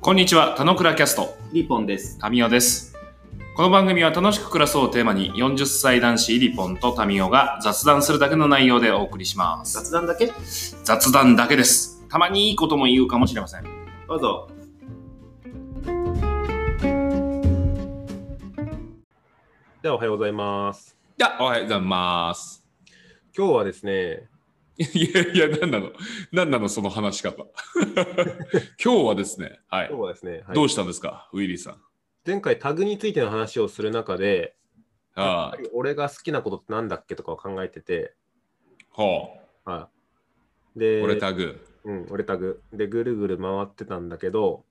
こんにちは、田野倉キャスト、リポンです。タミオです。この番組は楽しく暮らそうをテーマに、40歳男子リポンとタミオが雑談するだけの内容でお送りします。雑談だけど雑談だけです。たまにいいことも言うかもしれません。うぞ。じゃあおはようございます。じゃあ、おはようございます。今日はですね、いやいや、なんなのなんなのその話し方。 今日はですね、はい今。日はですね、はいどうしたんですか、ウィリーさん。前回タグについての話をする中で、やっあぱり俺が好きなことってなんだっけとかを考えてて、あ、ほはい。う、で、俺タグ。うん、俺タグ。で、ぐるぐる回ってたんだけど、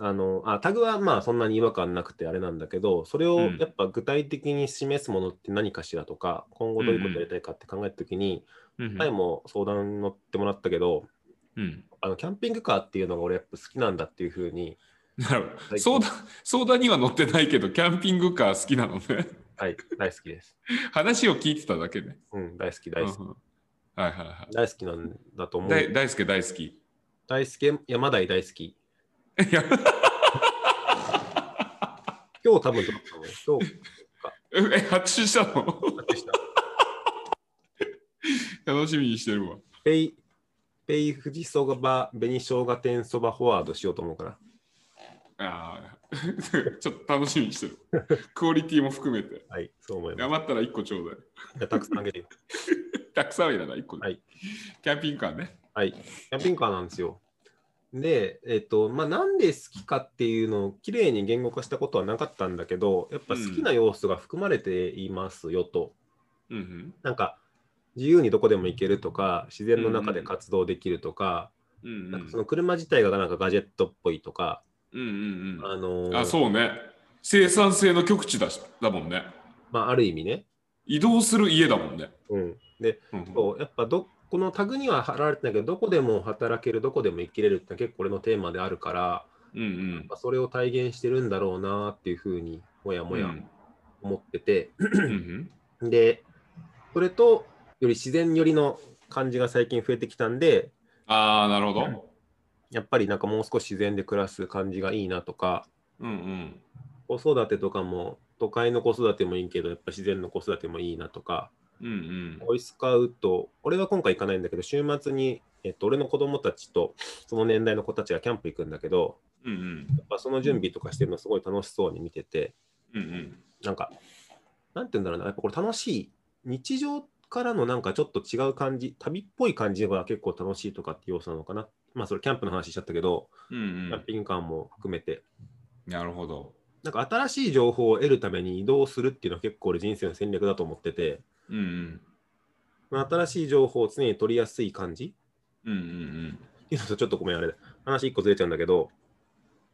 あの、あ、タグはまあそんなに違和感なくてあれなんだけど、それをうんやっぱ具体的に示すものって何かしらとか、今後どういうことやりたいかって考えたときに、うん前も相談に乗ってもらったけど、うん。あのキャンピングカーっていうのが俺やっぱ好きなんだっていうふうに、なるほど。相談、相談には乗ってないけど、キャンピングカー好きなのね。 はい、大好きです。話を聞いてただけね。うん、大好き、大好き。うんうんはいはいは大好きなんだと思い。う。大大輔大好き。い大好き、山台大好き。や、今日多分どうかも。今日、え、発注したの 買ってきた。楽しみにしてるわ。ペイ、ペイ富士そば、紅生姜天そばフォワードしようと思うから。ああ、 ちょっと楽しみにしてる。クオリティも含めて。はい、そう思いま余ったら1個ちょうだい。す。じゃあたくさんあげるよ。たくさんはいらない、1個で。はいキャンピングカーね。はい、キャンピングカーなんですよ。で、えっ、と、まあ、なんで好きかっていうのを綺麗に言語化したことはなかったんだけど、やっぱ好きな要素が含まれていますよと。うんうんなんか、自由にどこでも行けるとか、自然の中で活動できるとか、うんうなんかんその車自体がなんかガジェットっぽいとか、うんうんあのうん。ーあ、そうね。生産性の極致だしだもんね。まあ、ある意味ね、移動する家だもんね。うん、でうんそうやっぱどこのタグには貼られてないけどどこでも働けるどこでも生きれるって結構俺のテーマであるから、うんうんまあ、それを体現してるんだろうなっていうふうにもやうもん。や思ってて、うんうんでそれとより自然寄りの感じが最近増えてきたんでああ、なるほど。やっぱりなんかもう少し自然で暮らす感じがいいなとかうんうん。子育てとかも都会の子育てもいいけどやっぱ自然の子育てもいいなとかうんうん。ボイスカウト、俺は今回行かないんだけど、週末に、えっと、俺の子供たちと、その年代の子たちがキャンプ行くんだけど、うんうん。やっぱその準備とかしてるのすごい楽しそうに見てて、うんうん。なんか、なんて言うんだろうな、やっぱこれ楽しい、日常からのなんかちょっと違う感じ、旅っぽい感じが結構楽しいとかって要素なのかな。まあそれキャンプの話しちゃったけど、うんキうャンん、ピングカーも含めて、なるほど。なんか新しい情報を得るために移動するっていうのは結構俺人生の戦略だと思ってて、うんうん。まあ、新しい情報を常に取りやすい感じうんうんっていうのとちょっとごめん、あれ、話一個ずれちゃうんだけど、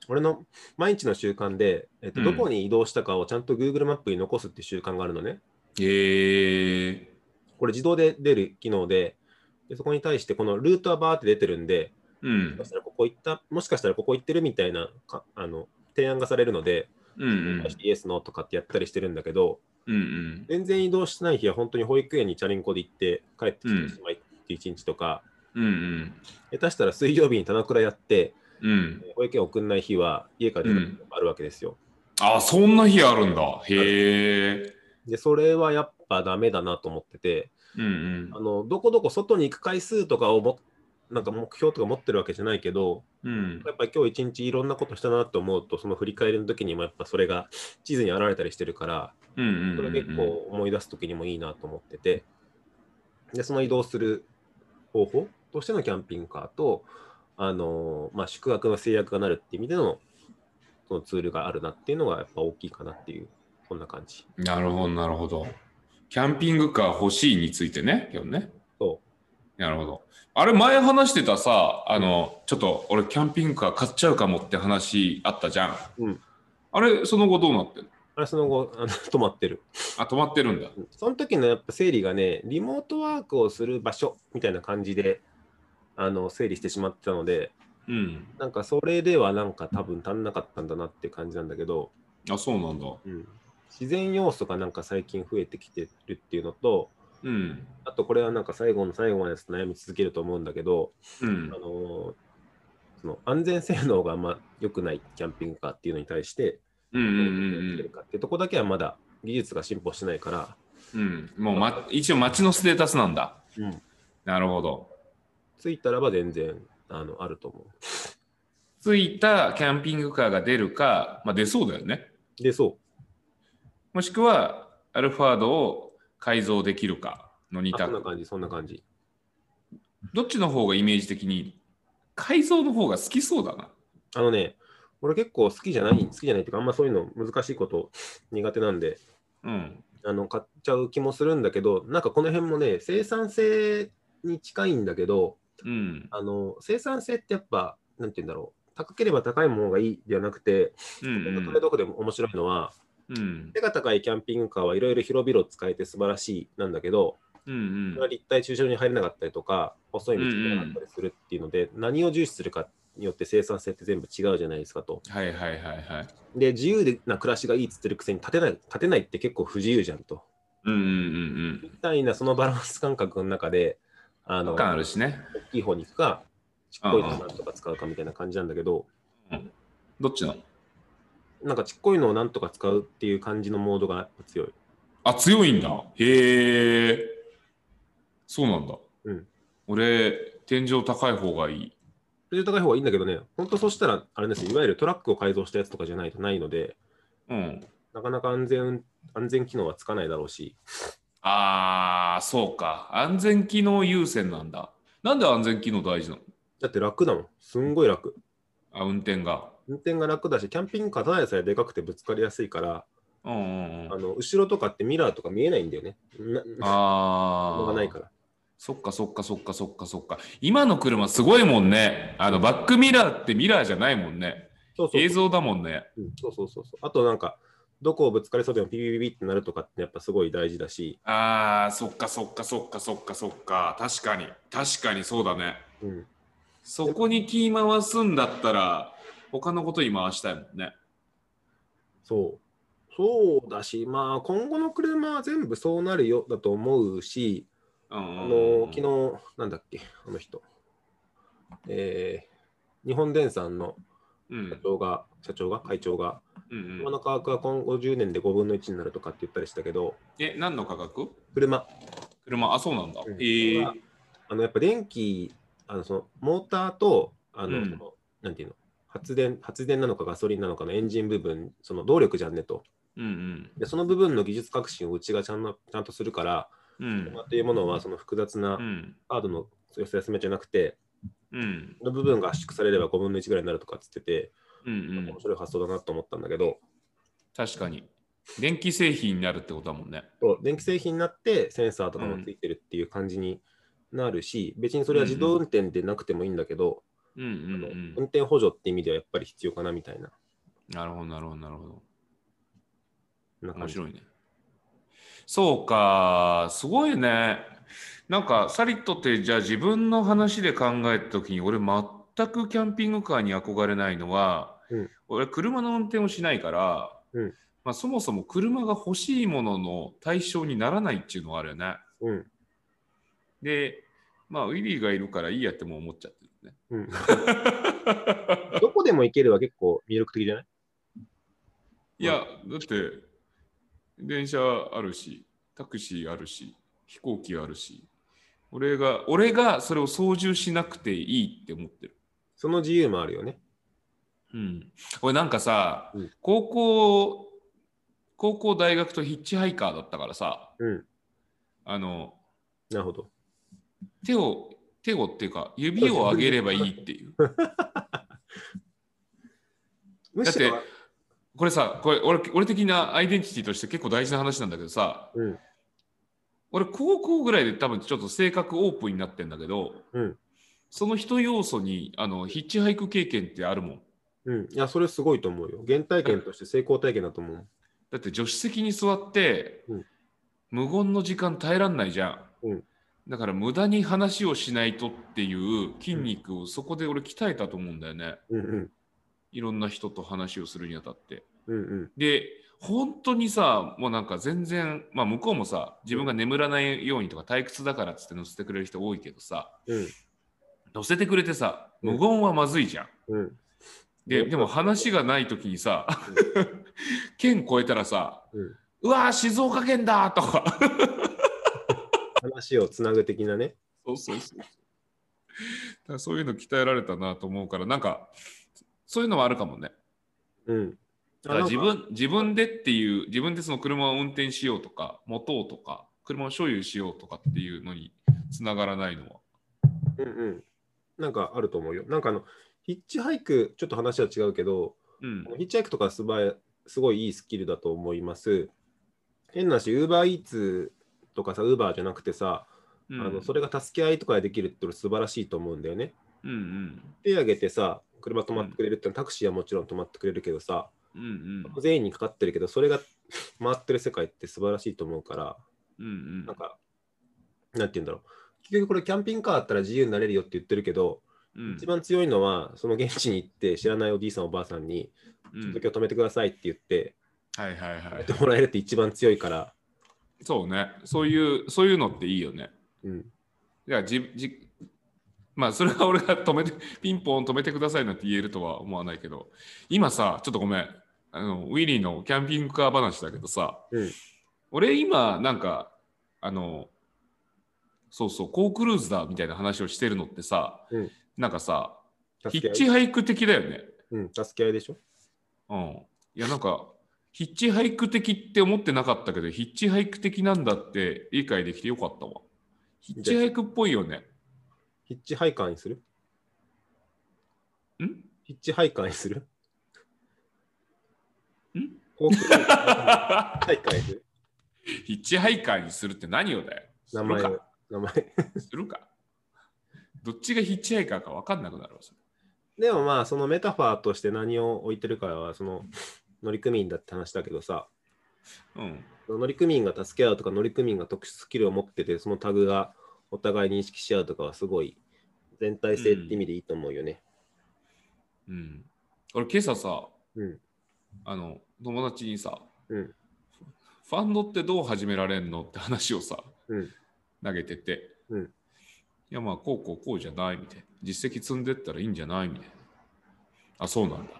俺の毎日の習慣で、えっと、うんどこに移動したかをちゃんと Google マップに残すっていう習慣があるのね。うん。へえ。これ自動で出る機能で、でそこに対してこのルートはバーって出てるんで、うんもしか。したらここ行った、もしかしたらここ行ってるみたいなかあの提案がされるので、うんうん対してイエス、ノーとかってやったりしてるんだけど、うんうん。全然移動してない日は本当に保育園にチャリンコで行って帰ってきてしまいっていう一日とか、うんうん。下手したら水曜日に棚倉やって、うん。保育園送んない日は家から出ることがあるわけですよ。あ、そんな日あるんだ。へえ。で、それはやっぱダメだなと思ってて、うんうんあ。の、どこどこ外に行く回数とかをも、なんか目標とか持ってるわけじゃないけど、うんやっぱり今日一日いろんなことしたなと思うと、その振り返りの時にもやっぱそれが地図に現れたりしてるから、うんうん。それ結構思い出す時にもいいなと思ってて、で、その移動する方法としてのキャンピングカーと、あのまあ、宿泊の制約がなるっていう意味での、そのツールがあるなっていうのがやっぱ大きいかなっていう、こんな感じ。なるほど、なるほど。キャンピングカー欲しいについてね、今日ね。。そうなるほど。あれ、前話してたさ、あの、ちょっと俺、キャンピングカー買っちゃうかもって話あったじゃん。うんあれ、その後どうなってんのあれ、その後、あの 止まってる。あ、止まってるんだ。その時のやっぱ整理がね、リモートワークをする場所みたいな感じで、あの、整理してしまってたので、うん。なんかそれではなんか多分足んなかったんだなって感じなんだけど、あ、そうなんだ。うん自然要素がなんか最近増えてきてるっていうのと、うん。あとこれはなんか最後の最後まで悩み続けると思うんだけど、うんあ。のーその安全性能があんま良くないキャンピングカーっていうのに対して、うんうんどうやっうてやってんるかってとこだけはまだ技術が進歩してないから、うん。うん。もう、ま、一応街のステータスなんだ。うんなるほど。ついたらば全然あのあると思ついたキャンピングカーが出るか、まあ、出そうだよね。う。で、そもしくは、アルファードを改造できるかのう2。あそんな択。感じ、そんな感じ。どっちの方がイメージ的に、改造の方が好きそうだな。あのね、俺結構好きじゃない、好きじゃないっていうか、あんまそういうの難しいこと苦手なんで、うん。あの買っちゃう気もするんだけど、なんかこの辺もね、生産性に近いんだけど、うん。あの生産性ってやっぱ、なんて言うんだろう、高ければ高いものがいいではなくて、うこれんどこでも面白いのは、うん。うん。背が高いキャンピングカーはいろいろ広々使えて素晴らしいなんだけど、うんそれは立体駐車場に入れなかったりとか、細い道がなかったりするっていうので、何を重視するかによって生産性って全部違うじゃないですかと。はいはいはいはい。で、自由な暮らしがいいっつってるくせに立てない、立てないって結構不自由じゃんと。うんうんみたいなそのバランス感覚の中で、あうんうの、ん。感あ大るしね。きい方に行くか、ちっこいのをなんとか使うかみたいな感じなんだけど、どっちのなんかちっこいのをなんとか使うっていう感じのモードが強い。あ、強いんだ。へえ。そうなんだ。うん俺俺、天井高い方がいい。レジ高い方がいいんだけどね、本当そしたら、あれですよ、いわゆるトラックを改造したやつとかじゃないとないので、うん。なかなか安全、安全機能はつかないだろうし、あー、そうか。安全機能優先なんだ。なんで安全機能大事なのだって楽だもん、すんごい楽。あ、運転が。運転が楽だし、キャンピングカーただでさえでかくてぶつかりやすいから、うんうんうあん。の後ろとかってミラーとか見えないんだよね。なあ物ー。がないから。そっかそっかそっかそっかそっか。今の車すごいもんね。あの、バックミラーってミラーじゃないもんね。そうそう映像だもんね。うんそうそうそうそう。あとなんか、どこをぶつかりそうでもピピピピってなるとかってやっぱすごい大事だし、あー、そっかそっかそっかそっかそっか。確かに。確かにそうだね。うん、そこに気回すんだったら、他のことに回したいもんね。そう。そうだし、まあ今後の車は全部そうなるよだと思うし、うんあうんうんの昨日、なんだっけ、あの人、えー日本電産のうん社長が、社長が、会長が、うん車うんの価格は今後10年で5分の1になるとかって言ったりしたけど、え、何の価格車、車、あ、そうなんだ。うんええ車はあのやっぱ電気、あのそのモーターと、あのうんそのなんていうの、発電、発電なのかガソリンなのかのエンジン部分、その動力じゃんねと。うんで、その部分の技術革新をうちがちゃんとちゃんとするから、うん。うん車というものはその複雑う。なんカードの寄せ集めじゃなくて、うん。の部分が圧縮されれば5分の1ぐらいになるとかって言ってて、うんうん面。白い発想だなと思ったんだけど、確かに。電気製品になるってことだもんね。そう電気製品になってセンサーとかもついてるっていう感じになるし、別にそれは自動運転でなくてもいいんだけど、うんうあんのうん運。転補助って意味ではやっぱり必要かなみたいな。なるほど、なるほど、なるほど。な感面じ白いね。そうか、すごいね。なんか、サリットって、じゃあ自分の話で考えたときに、俺、全くキャンピングカーに憧れないのは、うん俺、車の運転をしないから、うんまあ、そもそも車が欲しいものの対象にならないっていうのはあるよね。うん。で、まあ、ウィリーがいるからいいやってもう思っちゃってるね。うん、どこでも行けるは結構魅力的じゃないいや、だって、電車あるし、タクシーあるし、飛行機あるし、俺が、俺がそれを操縦しなくていいって思ってる。その自由もあるよね。うん。俺なんかさ、うん高校、高校、大学とヒッチハイカーだったからさ、うん。あの、なるほど。手を、手をっていうか、指を上げればいいっていう。むしろだっこれさ、これ俺、俺的なアイデンティティとして結構大事な話なんだけどさ、うん俺高校ぐらいで多分ちょっと性格オープンになってんだけど、うんその人要素にあのヒッチハイク経験ってあるもんうん。いや、それすごいと思うよ。原体験として成功体験だと思う。だって助手席に座って、うん無言の時間耐えらんないじゃん、うんだから無駄に話をしないとっていう筋肉をそこで俺鍛えたと思うんだよねうんうん。いろんな人と話をするにあたってうんうん。で本当にさもうなんか全然まあ向こうもさ自分が眠らないようにとか退屈だからっつって乗せてくれる人多いけどさうん。乗せてくれてさ、うん無言はまずいじゃん。うん。で、うんでも話がない時にさ、県越えたらさ、うんうわー、静岡県だとか。話をつなぐ的なね。そうそうそう。だからそういうの鍛えられたなと思うから、なんか、そういうのはあるかもね。うん。だから自なんか分自分でっていう、自分でその車を運転しようとか、持とうとか、車を所有しようとかっていうのにつながらないのは。うんうん。なんかあると思うよ。なんかあの、ヒッチハイク、ちょっと話は違うけど、うん。ヒッチハイクとかすばやすごいいいスキルだと思います。変な話、ウーバーイーツとかさ、ウーバーじゃなくてさ、うん、あのそれが助け合いとかできるって俺素晴らしいと思うんだよね。うんうん。手挙げてさ、車止まってくれるってのはタクシーはもちろん止まってくれるけどさ、うんうん。全員にかかってるけど、それが 回ってる世界って素晴らしいと思うから、うんうんなんか、なんて言うんだろう。結局これキャンピングカーあったら自由になれるよって言ってるけど、うん一番強いのは、その現地に行って知らないおじいさんおばあさんに、うちょっんと今日止めてくださいって言って、はいはいは止めいて。もらえるって一番強いから、そうね。そういう、そういうのっていいよね。うん、いや、じ、じ、まあ、それは俺が止めて、ピンポン止めてくださいなんて言えるとは思わないけど、今さ、ちょっとごめん、あの、ウィリーのキャンピングカー話だけどさ、うん俺今、なんか、あの、そうそう、コークルーズだみたいな話をしてるのってさ、うんなんかさ、ヒ助けッ合チい。ハイク的だよね。うん、助け合いでしょ。うん。いや、なんか、ヒッチハイク的って思ってなかったけど、ヒッチハイク的なんだって理解できてよかったわ。ヒッチハイクっぽいよね。ヒッチハイカーにするんヒッチハイカーにするん 航空ハイカーにするヒッチハイカーにするって何をだよ名前するをか名前。するかどっちがヒッチハイカーか分かんなくなるわ。それでもまあ、そのメタファーとして何を置いてるかは、その乗組員だって話だけどさ、うん。乗組員が助け合うとか、乗組員が特殊スキルを持ってて、そのタグがお互い認識し合うとかは、すごい全体性って意味でいいと思うよね。うん。俺、今朝さ、うん。あの、友達にさ、うんファンドってどう始められんのって話をさ、うん投げてて、うんいや、まあ、こうこうこうじゃないみたいな。実績積んでったらいいんじゃないみたいな。あ、そうなんだ。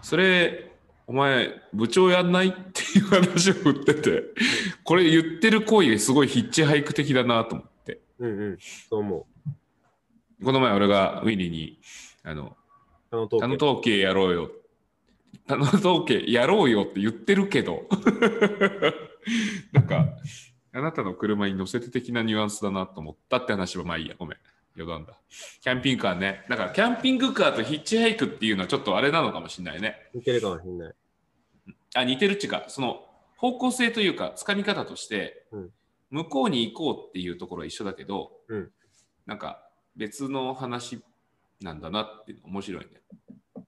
それ、お前、部長やんないっていう話を振ってて、これ言ってる行為すごいヒッチハイク的だなと思って。うんうん。そう思う。この前俺がウィリーに、あの、あのトあーのク。統計やろうよ。 あの統計やろうよって言ってるけど、 なんか、あなたの車に乗せて的なニュアンスだなと思ったって話は、まあいいや、ごめん。余談だ。キャンピングカーね。なんか、キャンピングカーとヒッチハイクっていうのはちょっとあれなのかもしれないね。似てるかもしれない。あ、似てるっちゅうか、その方向性というか、つかみ方としてうん、向こうに行こうっていうところは一緒だけど、うんなんか、別の話なんだなっていうの面白いね。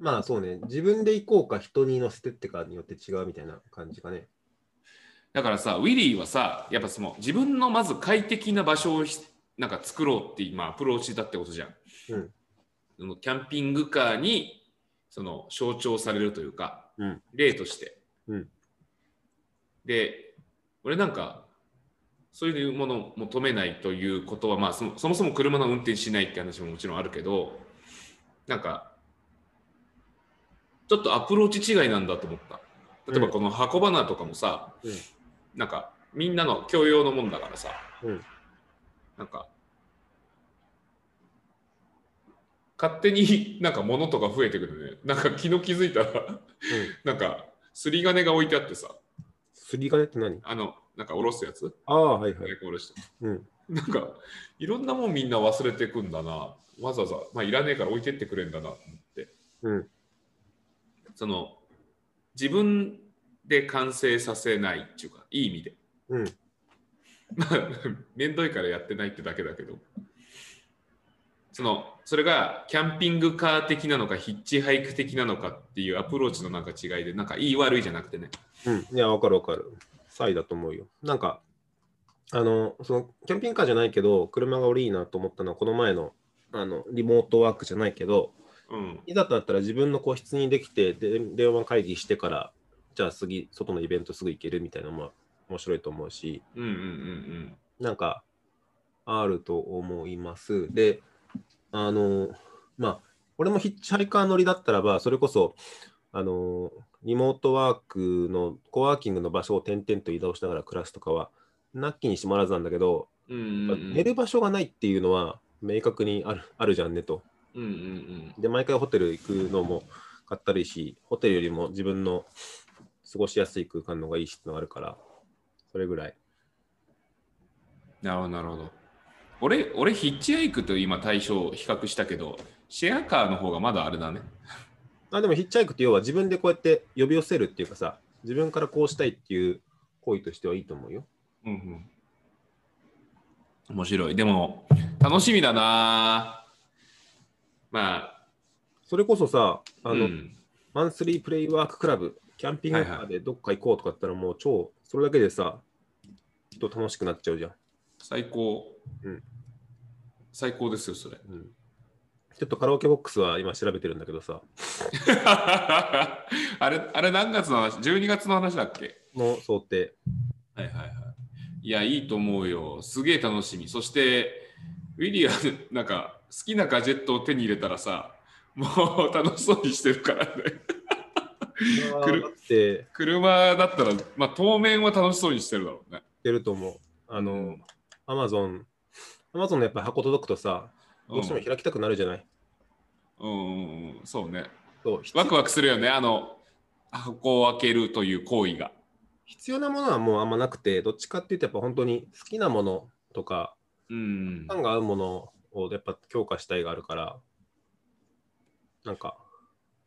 まあそうね、自分で行こうか、人に乗せてってかによって違うみたいな感じかね。だからさ、ウィリーはさ、やっぱその自分のまず快適な場所をひなんか作ろうって今アプローチだってことじゃん。うんそのキャンピングカーにその象徴されるというか、うん例として。うんで、俺なんか、そういうものを求めないということは、まあその、そもそも車の運転しないって話ももちろんあるけど、なんか、ちょっとアプローチ違いなんだと思った。例えばこの箱花とかもさ、うんなんかみんなの共用のもんだからさ、うんなんか勝手になんか物とか増えてくるねなんか昨日気づいたらなんかすり金が置いてあってさすり金って何あのなんかおろすやつああ、はいはい。大根おろしてうん。なんかいろんなもんみんな忘れてくんだなわざわざ、まあ、いらねえから置いてってくれんだなと思ってうん。その自分で完成させないっていうかいい意味でうん。 まあ、めんどいからやってないってだけだけど、その、それがキャンピングカー的なのか、ヒッチハイク的なのかっていうアプローチのなんか違いで、なんかいい悪いじゃなくてね。うん。いや、わかるわかる。サイだと思うよ。なんか、あの、その、キャンピングカーじゃないけど、車が俺いいなと思ったのは、この前の、あの、リモートワークじゃないけど、うん。いざとなったら自分の個室にできて、で電話会議してから、じゃあ次、外のイベントすぐ行けるみたいなのも面白いと思うし、うんうんうんなんか、あると思います。で、あの、まあ、俺もヒッチハイカー乗りだったらば、それこそ、あの、リモートワークの、コワーキングの場所を転々と移動しながら暮らすとかは、なきにしもあらずなんだけど、うんうんうん寝る場所がないっていうのは、明確にあるあるじゃんねと。うんうんで、毎回ホテル行くのもかったるいし、ホテルよりも自分の過ごしやすい空間の方がいいしってのがあるから、それぐらい。なるほどなるほど俺俺ヒッチハイクと今対象比較したけどシェアカーの方がまだあれだねあでもヒッチハイクって要は自分でこうやって呼び寄せるっていうかさ、自分からこうしたいっていう行為としてはいいと思うよ。うんうん面白いでも楽しみだなまそれこそさ、ああの、うんマンスリープレイワーククラブ、キャンピングカはいはーでどっか行こうとかって言ったらもう超、それだけでさ、きっと楽しくなっちゃうじゃん。最高、うん最高ですよそれ うんちょっとカラオケボックスは今調べてるんだけどさ、あれあれ何月の話12月の話だっけの想定。はいはいはいいやいいと思うよすげえ楽しみそしてウィリアムなんか好きなガジェットを手に入れたらさもう楽しそうにしてるからねだって、車だったら、まあ、当面は楽しそうにしてるだろうね出ると思う。あうのん、アマゾン、アマゾンのやっぱ箱届くとさ、どうしても開きたくなるじゃない。うんうんうんそうねそうワクワクするよねあの箱を開けるという行為が必要なものはもうあんまなくて、どっちかっていうと、やっぱ本当に好きなものとか、うんファンが合うものをやっぱ強化したいがあるから、なんか、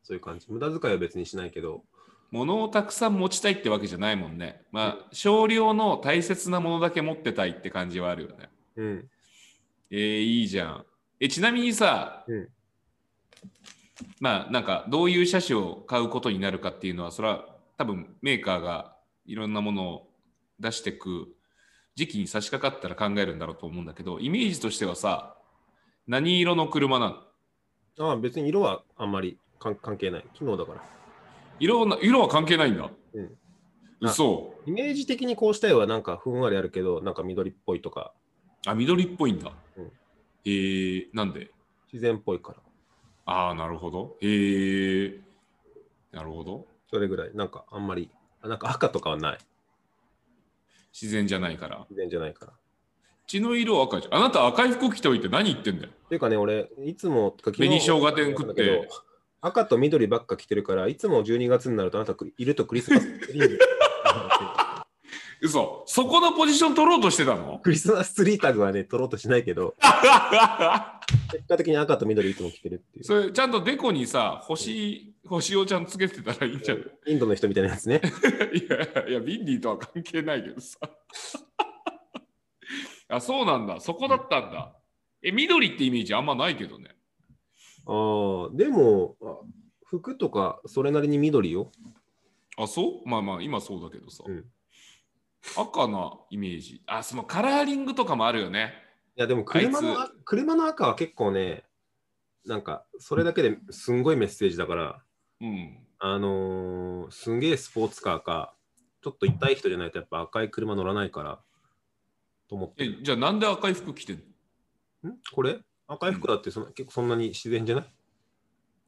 そういう感じ。無駄遣いは別にしないけど、物をたくさん持ちたいってわけじゃないもんねまあ少量の大切なものだけ持ってたいって感じはあるよねうん。えー、いいじゃんえちなみにさ、うんまあなんかどういう車種を買うことになるかっていうのはそれは多分メーカーがいろんなものを出してく時期に差し掛かったら考えるんだろうと思うんだけどイメージとしてはさ何色の車なのああ、別に色はあんまり関関係ない。機能だから。色な色は関係ないんだ、うん嘘イメージ的にこうしたいはなんかふんわりあるけど、なんか緑っぽいとか、あ緑っぽいんだ、うんえー、なんで自然っぽいから。ああなるほどえー、なるほどそれぐらい。なんかあんまり、あなんか赤とかはない。自然じゃないから自然じゃないから。血の色赤じゃん。あなた赤い服着ておいて何言ってんだよ。っていうかね、俺、いつも、てか昨日紅生姜天食って。赤と緑ばっか着てるから、いつも12月になるとあなたくいるとクリスマスツリー に嘘。そこのポジション取ろうとしてたのクリスマスツリータグはね、取ろうとしない けど、結果的に赤と緑いつも着てるっていう。それちゃんとデコにさ、星、星をちゃんとつけてたらいいんじゃないインドの人みたいなやつね。いやいや、ビンディとは関係ないけどさ。 あ、そうなんだ。そこだったんだ。え、緑ってイメージあんまないけどね。ああ、でも、あ服とかそれなりに緑よ。あ、そうまあまあ、今そうだけどさ。うん赤なイメージ。あ、そのカラーリングとかもあるよね。いや、でも車あのいあ車の赤は結構ね、なんかそれだけですんごいメッセージだから、うん。あのーすんげえスポーツカーか、ちょっと痛い人じゃないとやっぱ赤い車乗らないから、と思ってえる。、じゃあなんで赤い服着てんのんこれ赤い服だってそんな、結構そんなに自然じゃな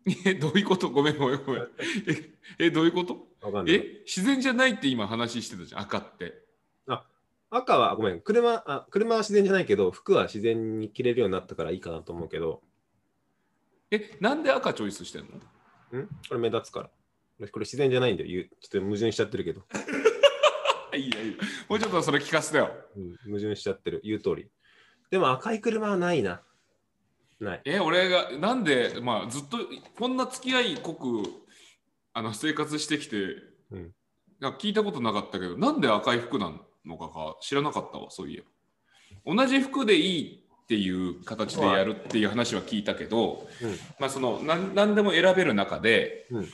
いえ、 どういうことごめんごめんごめん。え、えどういうことわかんない。え、自然じゃないって今話してたじゃん、赤って。赤は、ごめん、車あ、車は自然じゃないけど、服は自然に着れるようになったからいいかなと思うけど、え、なんで赤チョイスしてんのんこれ目立つから。これこれ自然じゃないんだよ。言うちょっと矛盾しちゃってるけど。あいいよいいよ。もうちょっとそれ聞かせてよ。うん、矛盾しちゃってる。言う通り。でも赤い車はないな。ない。え、俺が、なんで、まあ、ずっと、こんな付き合い濃く、あの、生活してきて、うんなんか聞いたことなかったけど、なんで赤い服なのかか知らなかったわ、そういえば。同じ服でいいっていう形でやるっていう話は聞いたけど、うんまあ、そのなん何でも選べる中で、うん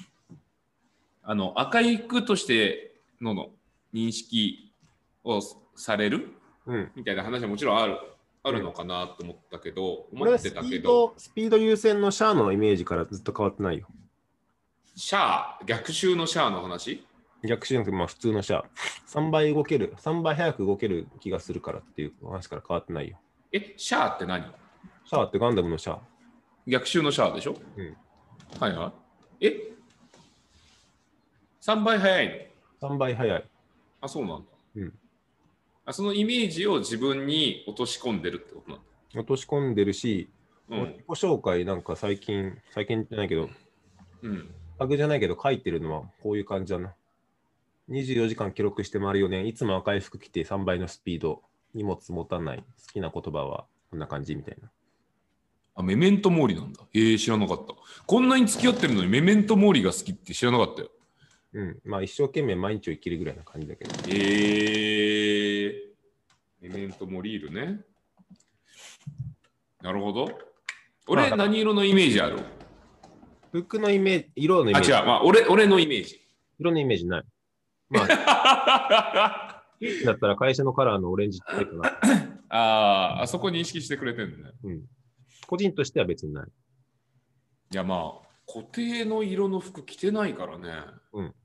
あの赤い服としてのの認識をされるうん。みたいな話はもちろんあるあるのかなと思ったけど、俺思はっスてピたけーどド、スピード優先のシャアのイメージからずっと変わってないよ。シャー逆襲のシャーの話逆じゃなくて、まあ普通のシャア。3倍動ける、3倍早く動ける気がするからっていう話から変わってないよ。え、シャアって何シャアってガンダムのシャア。逆襲のシャアでしょ、うんはいはい。え ?3 倍速いの3倍速い。あ、そうなんだ。うんあそのイメージを自分に落とし込んでるってことなんだ。落とし込んでるし、自己紹介なんか最近、最近じゃないけど、うん。うん、タグじゃないけど書いてるのはこういう感じだな。24時間記録して回るよね。いつも赤い服着て3倍のスピード。荷物持たない。好きな言葉はこんな感じみたいな。あ、メメントモーリなんだ。えー、知らなかった。こんなに付き合ってるのにメメントモーリが好きって知らなかったよ。うん。まあ一生懸命毎日を生きるぐらいな感じだけど。えー、メメントモリールね。なるほど。俺、まあ何色のイメージある服のイメージ、色のイメあ、ー違ジ。う、まあ、俺俺のイメージ。 色のイメージない。まあ、あだったら会社のカラーのオレンジっていいかな。あー、あそこに意識してくれてるんだね。うん。個人としては別にない。いや、まあ、固定の色の服着てないからね。うん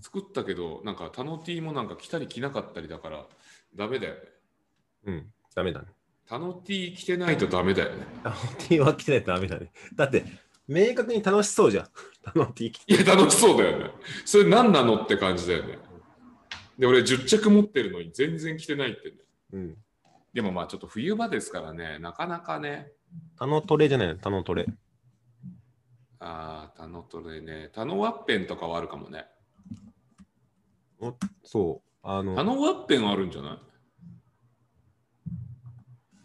作ったけど、なんか、タノティもなんか着たり着なかったりだから、ダメだよね。うん。ダメだね。タノティ着てないとダメだよね。 タノティは着てないとダメだね。だって、明確に楽しそうじゃん。タノティ着て。いや、楽しそうだよね。それ何なのって感じだよね。で、俺10着持ってるのに全然着てないってね。うん。でもまあちょっと冬場ですからね、なかなかね。タノトレじゃないの、タノトレ。ああ、タノトレね。タノワッペンとかはあるかもね。そう。あの、タノワッペンはあるんじゃない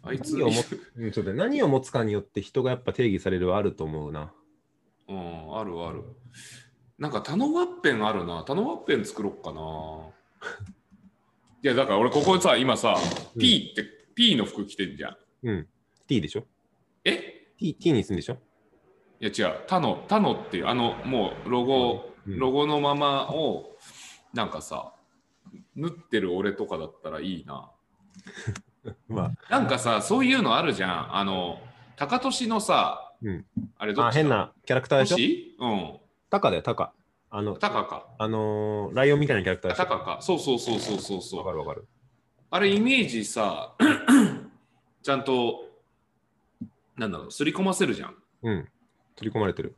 あいつ、何をもうんそうだね何を持つかによって人がやっぱ定義されるはあると思うな。 うん、あるある。なんかタノワッペンあるな。タノワッペン作ろっかな。いや、だから俺ここさ、今さ、うん P って、P の服着てんじゃん。うん。T でしょえ ?T, ?T にするんでしょいや違う、他の、他のっていう、あの、もうロゴ、うんロゴのままを、なんかさ、縫ってる俺とかだったらいいな。まなんかさ、そういうのあるじゃん。あの、高俊のさ、うんあれどあ、っあ、ちだ変なキャラクターでしょ俊うん。タカだよ、タカ。あの、高か。あのーライオンみたいなキャラクターでしょ高か。そうそうそうそうそうそわうか。るわかる。あれイメージさ、 ちゃんと、なんだろう、すり込ませるじゃん。うん。取り込まれてる。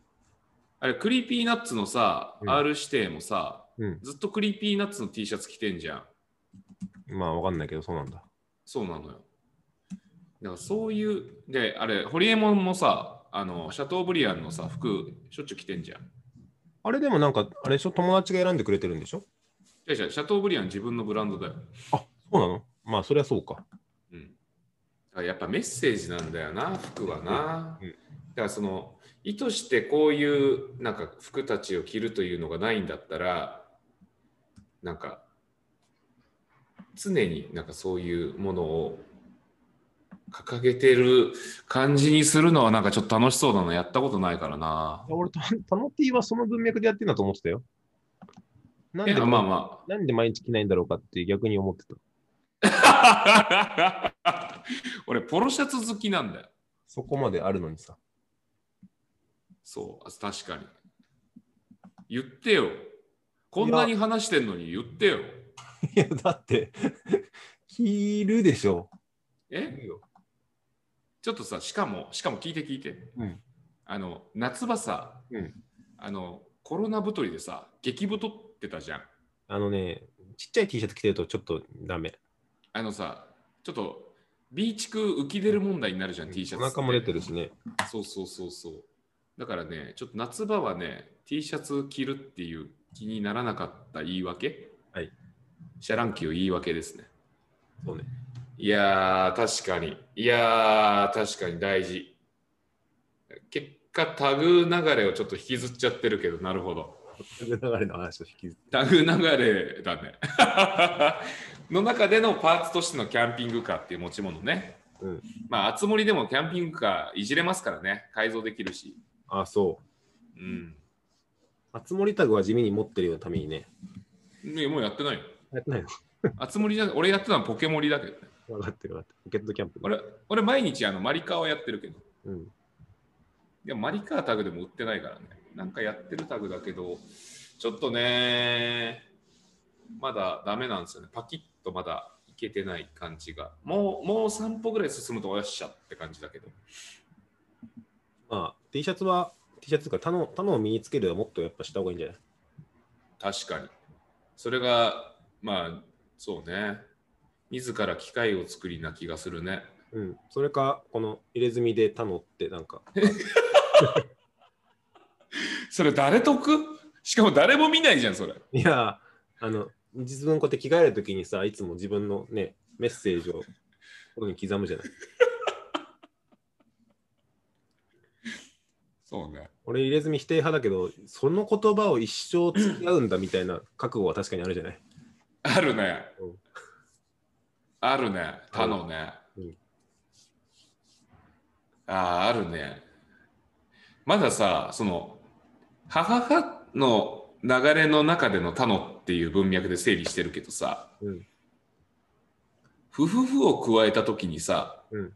あれ、クリーピーナッツのさ、うん R 指定もさ、うん。ずっとクリーピーナッツの T シャツ着てんじゃん。まあ、わかんないけど、そうなんだ。そうなのよ。だからそういう、で、あれ、ホリエモンもさ、あの、シャトーブリアンのさ、服、しょっちゅう着てんじゃん。あれでもなんか、あれでしょ友達が選んでくれてるんでしょじゃじゃシャトーブリアン自分のブランドだよ。そうなのまあ、そりゃそうか。うん。だからやっぱメッセージなんだよな、服はな。うんうんだからその、意図してこういう、なんか服たちを着るというのがないんだったら、なんか、常になんかそういうものを掲げてる感じにするのはなんかちょっと楽しそうなのやったことないからな。俺、 タタノティはその文脈でやってんだと思ってたよ。なんえで、あまあまなんで毎日着ないんだろうかって逆に思ってた。あ。 俺、ポロシャツ好きなんだよ。そこまであるのにさ。 そう、確かに。言ってよ。こんなに話してんのに言ってよ。いや、だって、 着るでしょ。えちょっとさ、しかも、しかも聞いて聞いて。うんあの、夏場さ、うんあの、コロナ太りでさ、激太ってたじゃん。あのね、ちっちゃい T シャツ着てるとちょっとダメ。あのさ、ちょっと、ビーチ区浮き出る問題になるじゃん、T シャツ。お腹も出てるしね。そうそうそうそう。だからね、ちょっと夏場はね、T シャツ着るっていう気にならなかった言い訳。はい。シャランキュー言い訳ですね。そうね。いやー、確かに。いやー、確かに大事。結果、タグ流れをちょっと引きずっちゃってるけど、なるほど。流れの話を引きずタグ流れだね。 の中でのパーツとしてのキャンピングカーっていう持ち物ね。うんまあ、熱盛でもキャンピングカーいじれますからね。改造できるし。あ、そうん。う。つ森タグは地味に持ってるようなためにね。ね、もうやってないよ。やってない熱盛じゃな俺やってたのはポケモリだけどね。の分かってる分かってる。ポケットキャンプ。俺、俺毎日あのマリカーはやってるけど。うん。でもマリカータグでも売ってないからね。なんかやってるタグだけど、ちょっとね、まだダメなんですよね。パキッとまだいけてない感じが。もう、もう3歩ぐらい進むとおやっしゃって感じだけど。まあ、T シャツは、T シャツというか、他の他のを身につけるはもっとやっぱした方がいいんじゃない確かに。それが、まあ、そうね。自ら機械を作りな気がするね。うん。それか、この入れ墨で他のって、なんか、それ誰得しかも誰も見ないじゃん、それ。いやー、あの、自分こうやって着替えるときにさ、いつも自分のね、メッセージをここに刻むじゃない。そうね。俺、入れ墨否定派だけど、その言葉を一生付き合うんだみたいな覚悟は確かにあるじゃない。あるねうん。あるね。他のね。うんああ、あるね。まださ、その、はははの流れの中での他のっていう文脈で整理してるけどさ、うん。ふふふを加えた時にさ、うん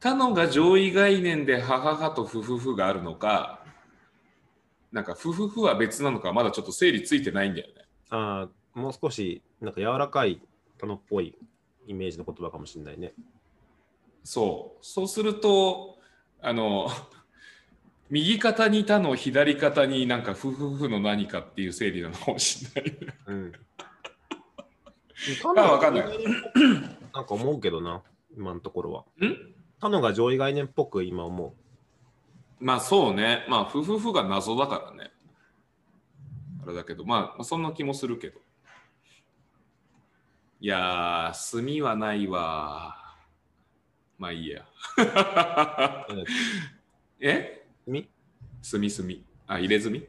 他のが上位概念ではははとふふふがあるのか、なんかふふふは別なのか、まだちょっと整理ついてないんだよね。ああ、もう少し、なんか柔らかい、他のっぽいイメージの言葉かもしれないね。そう。そうすると、あの、 右肩に他の左肩になんか夫婦の何かっていう整理なのかもしれない。うん。あわかんない。なんか思うけどな、今のところは。ん他のが上位概念っぽく今思まあそうね。まあ夫婦が謎だからね。あれだけど、まあそんな気もするけど。いやー、炭はないわ。まあいい や。う。うんえみ炭炭。あ、入れ墨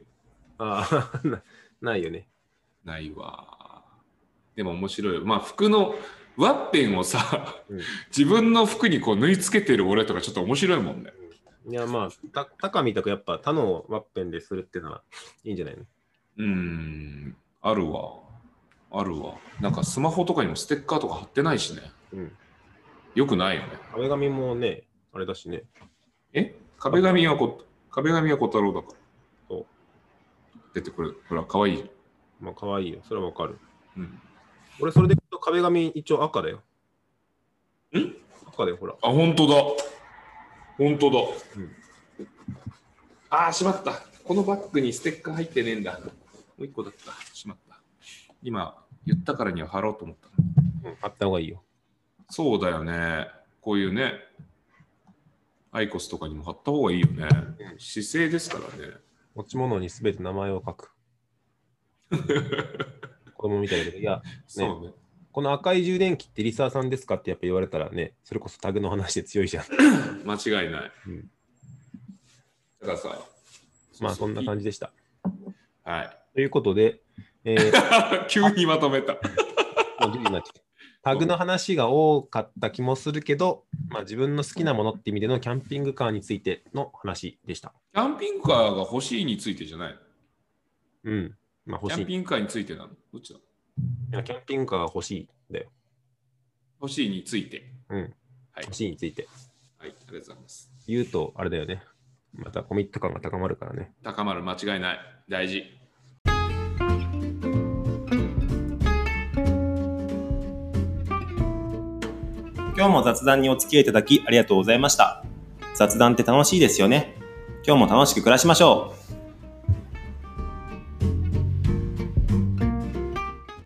ああ、な ないよね。ないわ。でも面白いよ。まあ服のワッペンをさ、うん自分の服にこう縫い付けてる俺とかちょっと面白いもんね。いや、まあ、た高見たくやっぱ他のワッペンでするっていうのはいいんじゃないのうーん、あるわ。あるわ。なんかスマホとかにもステッカーとか貼ってないしね。うん。よくないよね。壁紙もね、あれだしね。え壁紙はこ、壁紙は小太郎だから。そう出てこれ、ほら、かわいいじまあ、可愛いよ。それはわかる。ゃん。うん。俺、それで言うと壁紙一応赤だよ。ん赤だよ、ほら。あ、本当だ。本当だ。うんああ、しまった。このバッグにステッカー入ってねえんだ。もう一個だった。しまった。今、言ったからには貼ろうと思った。うん、あった方がいいよ。そうだよね。こういうね、アイコスとかにも貼った方がいいよね。うん姿勢ですからね。持ち物にすべて名前を書く。子供みたいだけど、いや、そうね。この赤い充電器ってリサーさんですかってやっぱ言われたらね、それこそタグの話で強いじゃん。間違いない。うんだからさ、まあそんな感じ。じでした。はい。 ということで、えー、急にまとめた。もう10時になってきたタグの話が多かった気もするけど、まあ、自分の好きなものって意味でのキャンピングカーについての話でした。キャンピングカーが欲しいについてじゃない。うん。まあキ欲ャしい。ンいピングカーについてなのどっちだやキャンピングカーが欲しいんだよ。欲しいについて。うん。はい欲しいについて。はい、ありがとうございます。言うと、あれだよね。またコミット感が高まるからね。高まる間違いない。大事。今日も雑談にお付き合いいただきありがとうございました。雑談って楽しいですよね。今日も楽しく暮らしましょう。